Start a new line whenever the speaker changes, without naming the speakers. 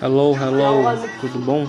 Hello, hello, tudo bom?